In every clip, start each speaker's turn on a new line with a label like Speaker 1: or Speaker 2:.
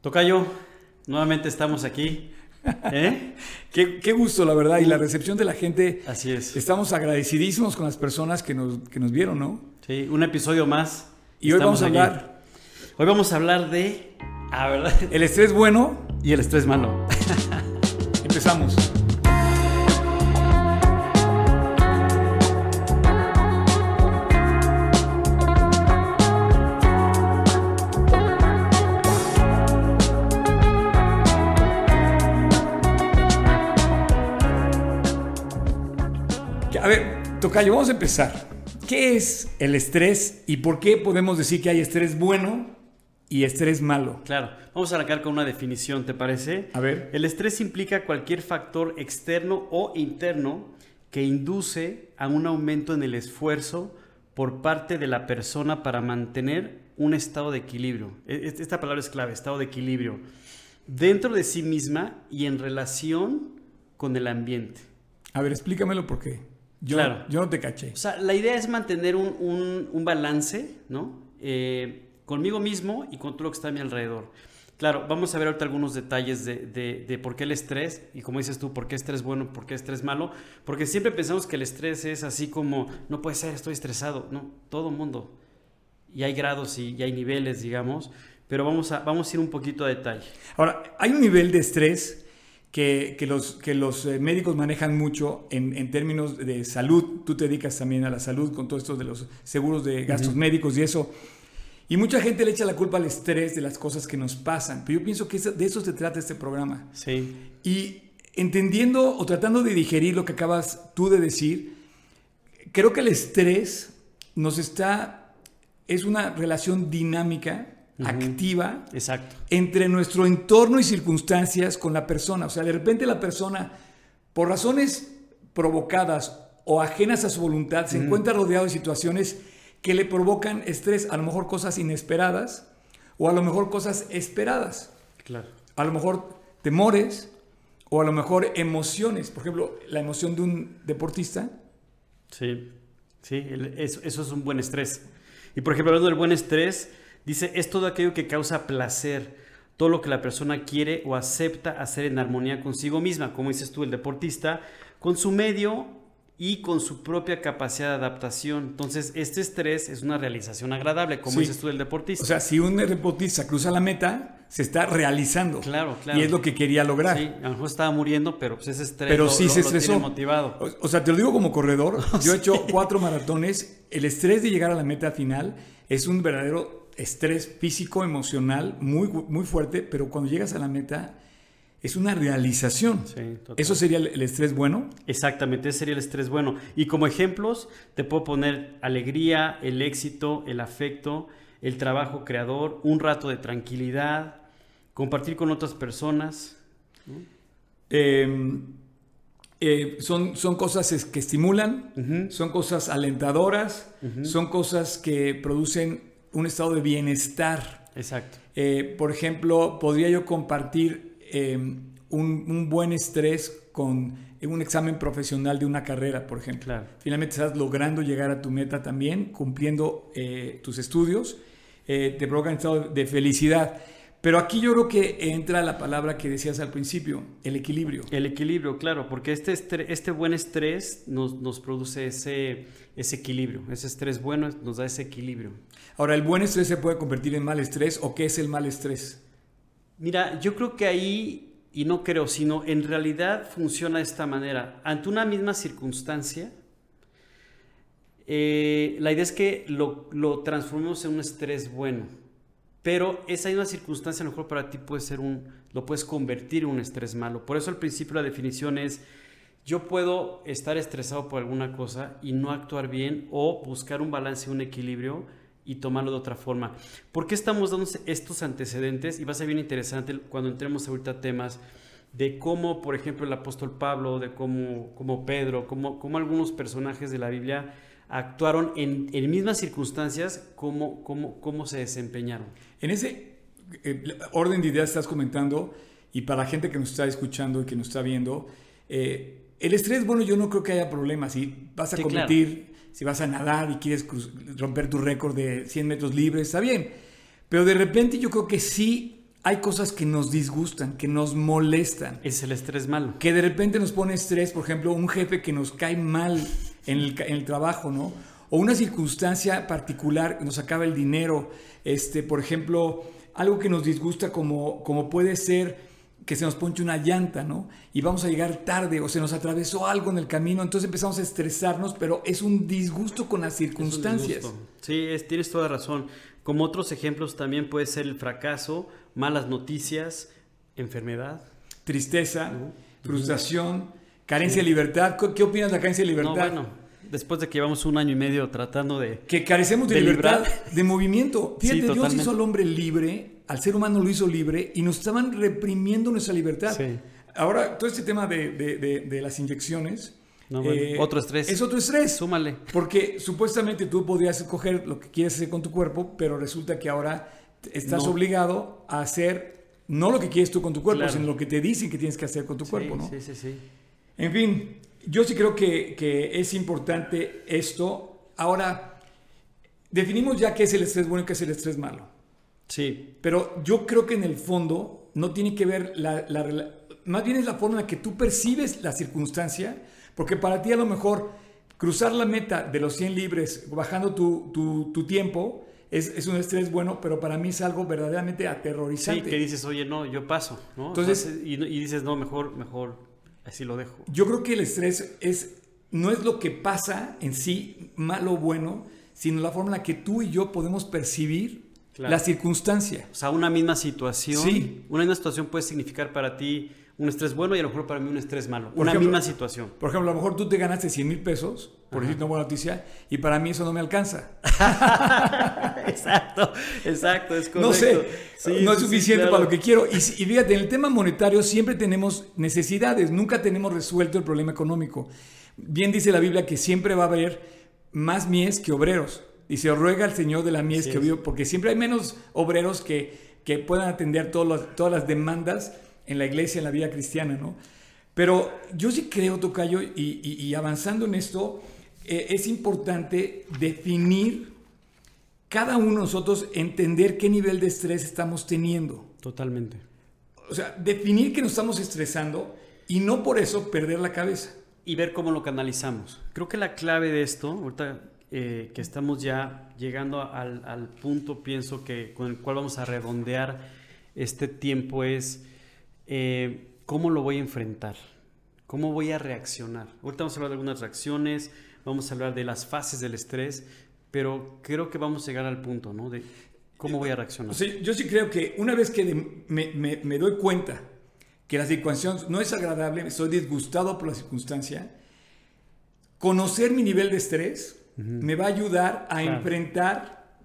Speaker 1: Tocayo, nuevamente estamos aquí. ¿Eh?
Speaker 2: Qué, qué, gusto, la verdad, y la recepción de la gente.
Speaker 1: Así es.
Speaker 2: Estamos agradecidísimos con las personas que nos, que nos vieron, ¿no?
Speaker 1: Sí, un episodio más.
Speaker 2: Y hoy vamos a aquí. hablar.
Speaker 1: Hoy vamos a hablar de. Ah, ¿verdad?
Speaker 2: El estrés bueno
Speaker 1: y el estrés malo.
Speaker 2: Empezamos. A ver, Tocayo, vamos a empezar. ¿Qué es el estrés y por qué podemos decir que hay estrés bueno y estrés malo?
Speaker 1: Claro, vamos a arrancar con una definición, ¿te parece?
Speaker 2: A ver.
Speaker 1: El estrés implica cualquier factor externo o interno que induce a un aumento en el esfuerzo por parte de la persona para mantener un estado de equilibrio. E, Esta palabra es clave, estado de equilibrio. Dentro de sí misma y en relación con el ambiente.
Speaker 2: A ver, explícamelo por qué. Yo, claro. yo no te caché.
Speaker 1: O sea, la idea es mantener un, un, un balance, ¿no? Eh, conmigo mismo y con todo lo que está a mi alrededor. Claro, vamos a ver ahorita algunos detalles de, de, de, por qué el estrés, y como dices tú, por qué estrés bueno, por qué estrés malo, porque siempre pensamos que el estrés es así como, no puede ser, estoy estresado, no, todo mundo. Y hay grados y, y hay niveles, digamos, pero vamos a, vamos a ir un poquito a detalle.
Speaker 2: Ahora, hay un nivel de estrés que, que, los, que los eh, médicos manejan mucho en, en, términos de salud. Tú te dedicas también a la salud con todo esto de los seguros de gastos uh -huh. médicos y eso. Y mucha gente le echa la culpa al estrés de las cosas que nos pasan. Pero yo pienso que de eso se trata este programa.
Speaker 1: Sí.
Speaker 2: Y entendiendo o tratando de digerir lo que acabas tú de decir, creo que el estrés nos está. es una relación dinámica activa
Speaker 1: Exacto.
Speaker 2: entre nuestro entorno y circunstancias con la persona. O sea, de repente la persona, por razones provocadas o ajenas a su voluntad, se mm. encuentra rodeado de situaciones que le provocan estrés, a lo mejor cosas inesperadas o a lo mejor cosas esperadas.
Speaker 1: Claro.
Speaker 2: A lo mejor temores o a lo mejor emociones. Por ejemplo, la emoción de un deportista.
Speaker 1: Sí, sí, el, eso, eso es un buen estrés. Y por ejemplo, hablando del buen estrés, Dice, es todo aquello que causa placer, todo lo que la persona quiere o acepta hacer en armonía consigo misma, como dices tú, el deportista, con su medio y con su propia capacidad de adaptación. Entonces, este estrés es una realización agradable, como sí. dices tú, el deportista.
Speaker 2: O sea, si un deportista cruza la meta, se está realizando.
Speaker 1: Claro, claro.
Speaker 2: Y es lo que quería lograr.
Speaker 1: Sí, a lo mejor estaba muriendo, pero pues ese estrés
Speaker 2: pero
Speaker 1: lo,
Speaker 2: sí
Speaker 1: lo,
Speaker 2: se
Speaker 1: lo
Speaker 2: estresó.
Speaker 1: Tiene motivado.
Speaker 2: O, o, sea, te lo digo como corredor. Yo he hecho cuatro maratones. El estrés de llegar a la meta final es un verdadero estrés físico, emocional, muy, muy fuerte, pero cuando llegas a la meta es una realización.
Speaker 1: Sí, total.
Speaker 2: ¿Eso sería el, el, estrés bueno?
Speaker 1: Exactamente, ese sería el estrés bueno. Y como ejemplos te puedo poner alegría, el éxito, el afecto, el trabajo creador, un rato de tranquilidad, compartir con otras personas.
Speaker 2: Eh, eh, son, son cosas que estimulan, uh -huh. son cosas alentadoras, uh -huh. son cosas que producen un estado de bienestar.
Speaker 1: Exacto.
Speaker 2: Eh, por ejemplo, podría yo compartir eh, un, un, buen estrés con un examen profesional de una carrera, por ejemplo.
Speaker 1: Claro.
Speaker 2: Finalmente estás logrando llegar a tu meta también, cumpliendo eh, tus estudios, Eh, te provoca un estado de felicidad. Pero aquí yo creo que entra la palabra que decías al principio, el equilibrio.
Speaker 1: El equilibrio, claro, porque este, estrés, este buen estrés nos, nos produce ese, ese, equilibrio. Ese estrés bueno nos da ese equilibrio.
Speaker 2: Ahora, ¿el buen estrés se puede convertir en mal estrés o qué es el mal estrés?
Speaker 1: Mira, yo creo que ahí, y no creo, sino en realidad funciona de esta manera. Ante una misma circunstancia, eh, la idea es que lo, lo transformemos en un estrés bueno pero esa misma circunstancia a lo mejor para ti puede ser un, lo puedes convertir en un estrés malo. Por eso al principio la definición es, yo puedo estar estresado por alguna cosa y no actuar bien o buscar un balance, un equilibrio y tomarlo de otra forma. ¿Por qué estamos dando estos antecedentes? Y va a ser bien interesante cuando entremos ahorita a temas de cómo, por ejemplo, el apóstol Pablo, de cómo, cómo Pedro, cómo, cómo algunos personajes de la Biblia actuaron en, en, mismas circunstancias, cómo, cómo, cómo se desempeñaron.
Speaker 2: En ese eh, orden de ideas estás comentando, y para la gente que nos está escuchando y que nos está viendo, eh, el estrés, bueno, yo no creo que haya problemas. Si vas a sí, competir, claro. si vas a nadar y quieres romper tu récord de 100 metros libres, está bien. Pero de repente yo creo que sí hay cosas que nos disgustan, que nos molestan,
Speaker 1: Es el estrés malo.
Speaker 2: que de repente nos pone estrés, por ejemplo, un jefe que nos cae mal en el, ca- en el trabajo, ¿no? O una circunstancia particular, nos acaba el dinero, este, por ejemplo, algo que nos disgusta como, como puede ser que se nos ponche una llanta, ¿no? Y vamos a llegar tarde o se nos atravesó algo en el camino, entonces empezamos a estresarnos, pero es un disgusto con las circunstancias.
Speaker 1: Justo. Sí, es- tienes toda razón. Como otros ejemplos también puede ser el fracaso, malas noticias, enfermedad.
Speaker 2: Tristeza, frustración, carencia de libertad. ¿Qué- ¿Qué opinas de la carencia de
Speaker 1: No,
Speaker 2: libertad?
Speaker 1: bueno, después de que llevamos un año y medio tratando de...
Speaker 2: Que carecemos de,
Speaker 1: De
Speaker 2: libertad
Speaker 1: libertad.
Speaker 2: de movimiento.
Speaker 1: Sí,
Speaker 2: Fíjate, Dios
Speaker 1: totalmente.
Speaker 2: hizo al hombre libre, al ser humano lo hizo libre y nos estaban reprimiendo nuestra libertad.
Speaker 1: Sí.
Speaker 2: Ahora, todo este tema de, de- de- de las inyecciones.
Speaker 1: No, bueno, otro estrés.
Speaker 2: Es otro estrés.
Speaker 1: Súmale.
Speaker 2: Porque supuestamente tú podrías escoger lo que quieres hacer con tu cuerpo, pero resulta que ahora t- estás
Speaker 1: No.
Speaker 2: obligado a hacer no lo que quieres tú con tu cuerpo,
Speaker 1: Claro.
Speaker 2: sino lo que te dicen que tienes que hacer con tu cuerpo,
Speaker 1: sí,
Speaker 2: ¿no?
Speaker 1: sí, sí, sí.
Speaker 2: En fin, yo sí creo que, que es importante esto. Ahora, definimos ya qué es el estrés bueno y qué es el estrés malo.
Speaker 1: Sí,
Speaker 2: Pero yo creo que en el fondo no tiene que ver la, la rela- Más bien es la forma en la que tú percibes la circunstancia, porque para ti a lo mejor cruzar la meta de los 100 libres bajando tu, tu- tu tiempo es, es un estrés bueno, pero para mí es algo verdaderamente
Speaker 1: sí,
Speaker 2: aterrorizante.
Speaker 1: que dices, oye, no, yo paso, ¿no?
Speaker 2: Entonces-
Speaker 1: Entonces, y, y dices, no, mejor, mejor, así lo dejo.
Speaker 2: Yo creo que el estrés es, no es lo que pasa en sí, malo o bueno, sino la forma en la que tú y yo podemos percibir
Speaker 1: Claro.
Speaker 2: la circunstancia.
Speaker 1: O sea, una misma situación,
Speaker 2: Sí.
Speaker 1: una misma situación puede significar para ti un estrés bueno y a lo mejor para mí un estrés malo.
Speaker 2: Por
Speaker 1: Una
Speaker 2: ejemplo-
Speaker 1: misma situación.
Speaker 2: Por ejemplo, a lo mejor tú te ganaste 100 mil pesos, por decir una buena noticia, y para mí eso no me alcanza.
Speaker 1: exacto, exacto, es correcto.
Speaker 2: No sé,
Speaker 1: Sí,
Speaker 2: no es
Speaker 1: sí, sí,
Speaker 2: suficiente
Speaker 1: claro.
Speaker 2: para lo que quiero. Y, si- y fíjate, en el tema monetario siempre tenemos necesidades, nunca tenemos resuelto el problema económico. Bien dice la Biblia que siempre va a haber más mies que obreros. Y se ruega al Señor de la mies
Speaker 1: Así
Speaker 2: que
Speaker 1: es.
Speaker 2: obreros, porque siempre hay menos obreros que, que puedan atender todas las, todas las demandas en la iglesia, en la vida cristiana, ¿no? Pero yo sí creo, Tocayo, y, y- y avanzando en esto, eh, es importante definir cada uno de nosotros entender qué nivel de estrés estamos teniendo.
Speaker 1: Totalmente.
Speaker 2: O sea, definir que nos estamos estresando y no por eso perder la cabeza.
Speaker 1: Y ver cómo lo canalizamos. Creo que la clave de esto, ahorita eh, que estamos ya llegando al, al punto, pienso que con el cual vamos a redondear este tiempo es eh, cómo lo voy a enfrentar, cómo voy a reaccionar. Ahorita vamos a hablar de algunas reacciones, vamos a hablar de las fases del estrés, pero creo que vamos a llegar al punto, ¿no? De cómo voy a
Speaker 2: O
Speaker 1: reaccionar.
Speaker 2: sea, yo sí creo que una vez que de- me, me- me doy cuenta que la situación no es agradable, estoy disgustado por la circunstancia, conocer mi nivel de estrés me va a ayudar a
Speaker 1: Claro.
Speaker 2: enfrentar.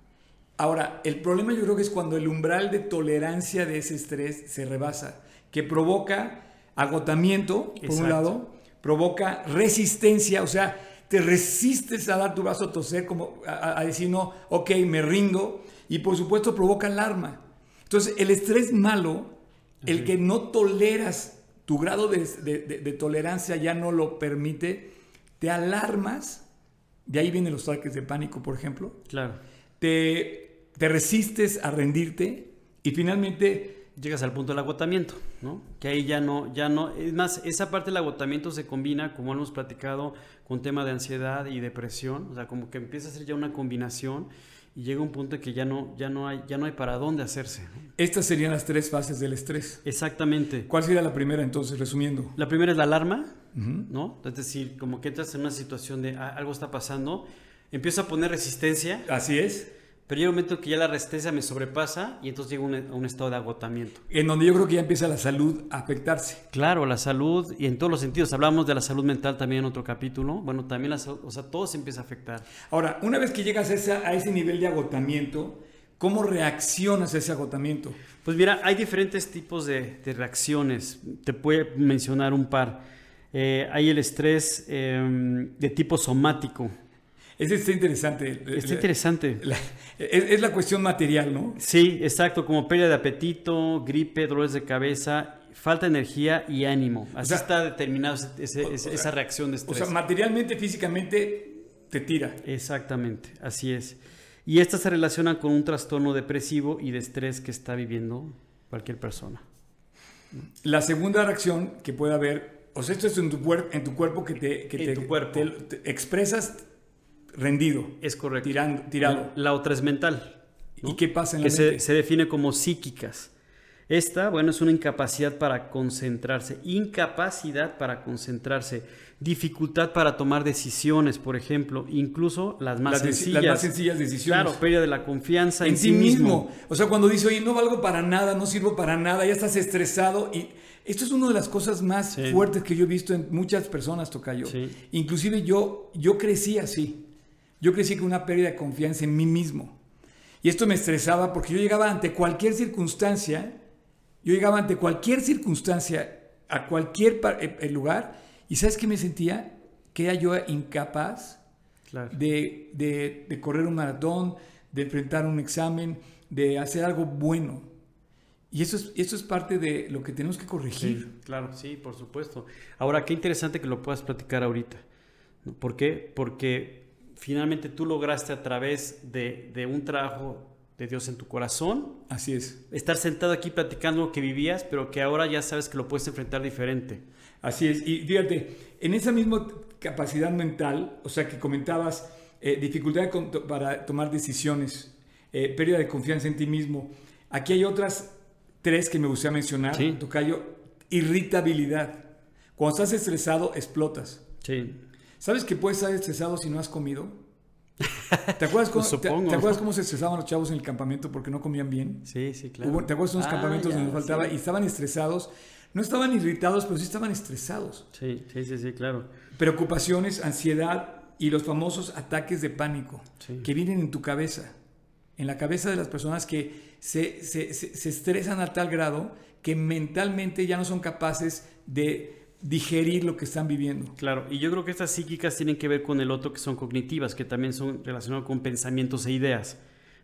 Speaker 2: Ahora, el problema yo creo que es cuando el umbral de tolerancia de ese estrés se rebasa, que provoca agotamiento, por un
Speaker 1: Exacto.
Speaker 2: lado, provoca resistencia, o sea, te resistes a dar tu brazo a toser, como a- a, a decir, no, ok, me rindo, y por supuesto provoca alarma. Entonces, el estrés malo, el que no toleras, tu grado de, de- de- de tolerancia ya no lo permite, te alarmas, de ahí vienen los ataques de pánico, por ejemplo,
Speaker 1: Claro.
Speaker 2: te, te resistes a rendirte y finalmente
Speaker 1: Llegas al punto del agotamiento, ¿no? Que ahí ya no, ya no. Es más, esa parte del agotamiento se combina, como hemos platicado, con tema de ansiedad y depresión. O sea, como que empieza a ser ya una combinación y llega un punto en que ya no, ya no hay, ya no hay para dónde hacerse. ¿no?
Speaker 2: estas serían las tres fases del estrés.
Speaker 1: Exactamente.
Speaker 2: ¿Cuál sería la primera entonces, resumiendo?
Speaker 1: La primera es la alarma,
Speaker 2: Ujú.
Speaker 1: ¿no? Es decir, como que entras en una situación de "Ah, algo está pasando, empiezo a poner resistencia,
Speaker 2: Así es.
Speaker 1: pero llega un momento que ya la resistencia me sobrepasa y entonces llego a un- a un estado de agotamiento.
Speaker 2: En donde yo creo que ya empieza la salud a afectarse.
Speaker 1: Claro, la salud y en todos los sentidos. Hablamos de la salud mental también en otro capítulo. Bueno, también la salud, o sea, todo se empieza a afectar.
Speaker 2: Ahora, una vez que llegas a, esa- a ese nivel de agotamiento, ¿cómo reaccionas a ese agotamiento?
Speaker 1: Pues mira, hay diferentes tipos de, de reacciones. Te puedo mencionar un par. Eh, hay el estrés eh, de tipo somático.
Speaker 2: Ese está interesante.
Speaker 1: Está interesante.
Speaker 2: Eh, La- es, es la cuestión material, ¿no?
Speaker 1: Sí, exacto, como pérdida de apetito, gripe, dolores de cabeza, falta de energía y ánimo. Así
Speaker 2: sea,
Speaker 1: está determinado ese- ese- ese- esa reacción de
Speaker 2: O
Speaker 1: estrés.
Speaker 2: sea, materialmente, físicamente, te tira.
Speaker 1: Exactamente, así es. Y estas se relacionan con un trastorno depresivo y de estrés que está viviendo cualquier persona.
Speaker 2: La segunda reacción que puede haber, o sea, esto es en tu, cuerpo en tu cuerpo que te, que
Speaker 1: En
Speaker 2: te-
Speaker 1: tu cuerpo.
Speaker 2: te- te expresas rendido,
Speaker 1: Es correcto.
Speaker 2: tirando, tirado.
Speaker 1: La otra es mental. ¿no?
Speaker 2: ¿Y qué pasa en
Speaker 1: que
Speaker 2: la
Speaker 1: se,
Speaker 2: mente?
Speaker 1: se define como psíquicas. Esta, bueno, es una incapacidad para concentrarse, incapacidad para concentrarse, dificultad para tomar decisiones, por ejemplo, incluso las más
Speaker 2: las, deci-
Speaker 1: sencillas.
Speaker 2: las más sencillas decisiones.
Speaker 1: Claro, pérdida de la confianza en,
Speaker 2: en sí mismo. O sea, cuando dice, oye, no valgo para nada, no sirvo para nada, ya estás estresado. Y esto es una de las cosas más
Speaker 1: Sí.
Speaker 2: fuertes que yo he visto en muchas personas, Tocayo.
Speaker 1: Sí.
Speaker 2: Inclusive yo, yo crecí así. Yo crecí con una pérdida de confianza en mí mismo. Y esto me estresaba porque yo llegaba ante cualquier circunstancia, yo llegaba ante cualquier circunstancia, a cualquier par- eh, eh, lugar, y ¿sabes qué me sentía? Que era yo incapaz
Speaker 1: Claro.
Speaker 2: de, de- de correr un maratón, de enfrentar un examen, de hacer algo bueno. Y eso es, eso es parte de lo que tenemos que corregir.
Speaker 1: Sí, claro, sí, por supuesto. Ahora, qué interesante que lo puedas platicar ahorita. ¿Por qué? Porque finalmente tú lograste a través de, de un trabajo de Dios en tu corazón,
Speaker 2: Así es.
Speaker 1: estar sentado aquí platicando lo que vivías, pero que ahora ya sabes que lo puedes enfrentar diferente.
Speaker 2: Así es. Y fíjate, en esa misma capacidad mental, o sea, que comentabas, eh, dificultad con- to- para tomar decisiones, eh, pérdida de confianza en ti mismo. Aquí hay otras tres que me gustaría mencionar,
Speaker 1: Sí.
Speaker 2: Tocayo. Irritabilidad. Cuando estás estresado, explotas.
Speaker 1: Sí,
Speaker 2: ¿Sabes que puedes estar estresado si no has comido? ¿Te acuerdas, cómo, te-
Speaker 1: supongo.
Speaker 2: te acuerdas cómo se estresaban los chavos en el campamento porque no comían bien?
Speaker 1: sí, sí, claro.
Speaker 2: Hubo- ¿Te acuerdas de unos
Speaker 1: Ah,
Speaker 2: campamentos
Speaker 1: ya,
Speaker 2: donde nos faltaba y estaban estresados? No estaban irritados, pero sí estaban estresados.
Speaker 1: Sí, sí, sí, sí, claro.
Speaker 2: Preocupaciones, ansiedad y los famosos ataques de pánico
Speaker 1: Sí.
Speaker 2: que vienen en tu cabeza, en la cabeza de las personas que se, se- se- se estresan a tal grado que mentalmente ya no son capaces de digerir lo que están viviendo.
Speaker 1: Claro, y yo creo que estas psíquicas tienen que ver con el otro que son cognitivas, que también son relacionadas con pensamientos e ideas.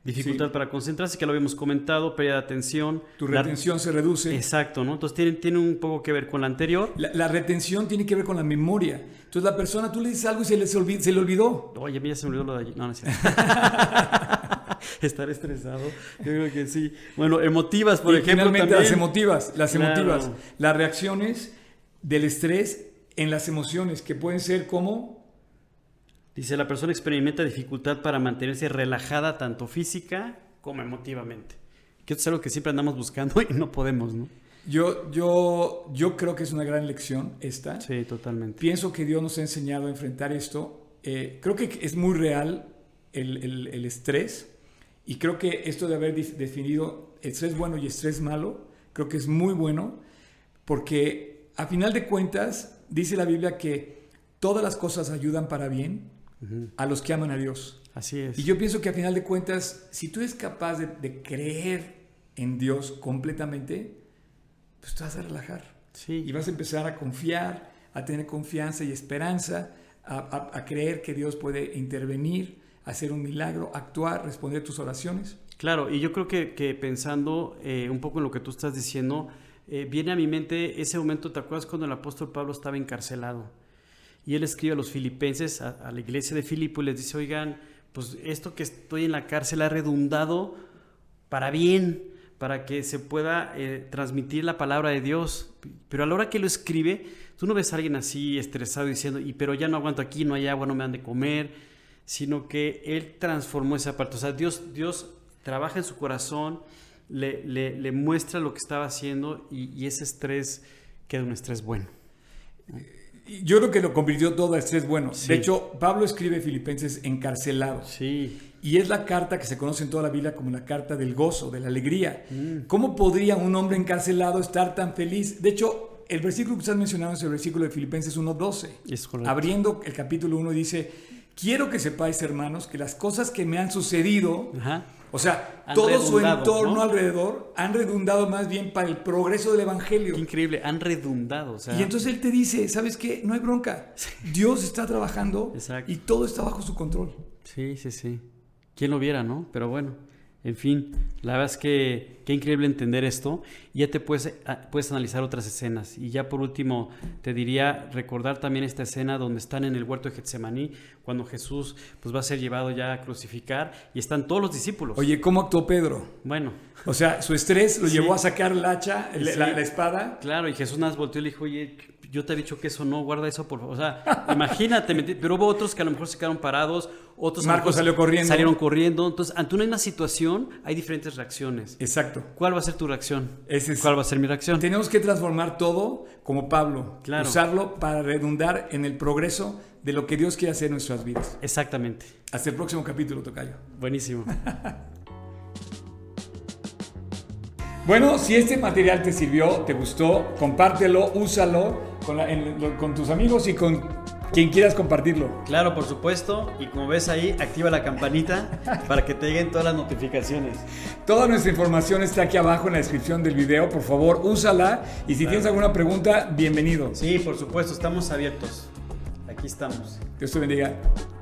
Speaker 1: Dificultad
Speaker 2: Sí.
Speaker 1: para concentrarse, que lo habíamos comentado, pérdida de atención.
Speaker 2: Tu
Speaker 1: la-
Speaker 2: retención se reduce.
Speaker 1: Exacto, ¿no? Entonces tienen, tienen un poco que ver con la anterior.
Speaker 2: La, la retención tiene que ver con la memoria. Entonces la persona, tú le dices algo y se, le- se olvi- se le olvidó.
Speaker 1: Oye, a mí ya se me olvidó lo de ayer. No, no es cierto. Estar estresado, yo creo que sí. Bueno, emotivas, por
Speaker 2: Y
Speaker 1: ejemplo,
Speaker 2: finalmente
Speaker 1: también.
Speaker 2: las emotivas, las
Speaker 1: Claro.
Speaker 2: emotivas, las reacciones del estrés en las emociones que pueden ser como
Speaker 1: Dice, la persona experimenta dificultad para mantenerse relajada tanto física como emotivamente. Que esto es algo que siempre andamos buscando y no podemos, ¿no?
Speaker 2: yo yo yo creo que es una gran lección esta.
Speaker 1: Sí, totalmente.
Speaker 2: Pienso que Dios nos ha enseñado a enfrentar esto. Eh, creo que es muy real el, el- el estrés y creo que esto de haber dif- definido estrés bueno y estrés malo, creo que es muy bueno porque a final de cuentas dice la Biblia que todas las cosas ayudan para bien
Speaker 1: Ujú.
Speaker 2: a los que aman a Dios.
Speaker 1: Así es.
Speaker 2: Y yo pienso que a final de cuentas, si tú eres capaz de, de creer en Dios completamente, pues te vas a relajar.
Speaker 1: sí.
Speaker 2: Y vas a empezar a confiar, a tener confianza y esperanza, a, a- a creer que Dios puede intervenir, hacer un milagro, actuar, responder tus oraciones.
Speaker 1: Claro, y yo creo que, que pensando eh, un poco en lo que tú estás diciendo, eh, viene a mi mente ese momento, ¿te acuerdas cuando el apóstol Pablo estaba encarcelado? Y él escribe a los filipenses, a, a la iglesia de Filipo, y les dice, oigan, pues esto que estoy en la cárcel ha redundado para bien, para que se pueda eh, transmitir la palabra de Dios. Pero a la hora que lo escribe, tú no ves a alguien así estresado diciendo, y pero ya no aguanto aquí, no hay agua, no me han de comer, sino que él transformó esa parte. O sea, Dios, Dios trabaja en su corazón, le, le- le muestra lo que estaba haciendo y, y ese estrés queda un estrés bueno.
Speaker 2: Y yo creo que lo convirtió todo a estrés bueno.
Speaker 1: Sí.
Speaker 2: De hecho, Pablo escribe Filipenses encarcelados.
Speaker 1: Sí,
Speaker 2: Y es la carta que se conoce en toda la Biblia como la carta del gozo, de la alegría.
Speaker 1: Mm.
Speaker 2: ¿Cómo podría un hombre encarcelado estar tan feliz? De hecho, el versículo que estás mencionando es el versículo de Filipenses 1.12.
Speaker 1: es correcto.
Speaker 2: Abriendo el capítulo 1 dice, quiero que sepáis, hermanos, que las cosas que me han sucedido,
Speaker 1: Ajá.
Speaker 2: o sea,
Speaker 1: Han
Speaker 2: todo su
Speaker 1: redundado,
Speaker 2: entorno
Speaker 1: ¿no?
Speaker 2: alrededor, han redundado más bien para el progreso del Evangelio.
Speaker 1: Qué increíble, han redundado. o sea,
Speaker 2: Y entonces él te dice, ¿sabes qué? No hay bronca. Dios está trabajando
Speaker 1: Exacto.
Speaker 2: y todo está bajo su control.
Speaker 1: Sí, sí, sí. ¿Quién lo viera, no? Pero bueno, En fin, la verdad es que qué increíble entender esto. Ya te puedes, ah, puedes analizar otras escenas. Y ya por último, te diría recordar también esta escena donde están en el huerto de Getsemaní, cuando Jesús pues, va a ser llevado ya a crucificar y están todos los discípulos.
Speaker 2: Oye, ¿cómo actuó Pedro?
Speaker 1: Bueno.
Speaker 2: O sea, su estrés lo sí. llevó a sacar la hacha, la, sí. la, la, espada.
Speaker 1: Claro, y Jesús nada más volteó y le dijo, oye, yo te había dicho que eso no, guarda eso por favor. O sea, imagínate, pero hubo otros que a lo mejor se quedaron parados, otros
Speaker 2: Marcos salió corriendo.
Speaker 1: salieron corriendo. Entonces, ante una misma situación hay diferentes reacciones.
Speaker 2: Exacto.
Speaker 1: ¿Cuál va a ser tu reacción?
Speaker 2: Ese es.
Speaker 1: ¿Cuál va a ser mi reacción?
Speaker 2: Tenemos que transformar todo como Pablo, claro. usarlo para redundar en el progreso de lo que Dios quiere hacer en nuestras vidas.
Speaker 1: Exactamente.
Speaker 2: Hasta el próximo capítulo, Tocayo.
Speaker 1: Buenísimo.
Speaker 2: Bueno, si este material te sirvió, te gustó, compártelo, úsalo con, la, en, con, tus amigos y con quien quieras compartirlo.
Speaker 1: Claro, por supuesto. Y como ves ahí, activa la campanita para que te lleguen todas las notificaciones.
Speaker 2: Toda nuestra información está aquí abajo en la descripción del video. Por favor, úsala. Y si claro. tienes alguna pregunta, bienvenido.
Speaker 1: Sí, por supuesto, estamos abiertos. Aquí estamos.
Speaker 2: Dios te bendiga.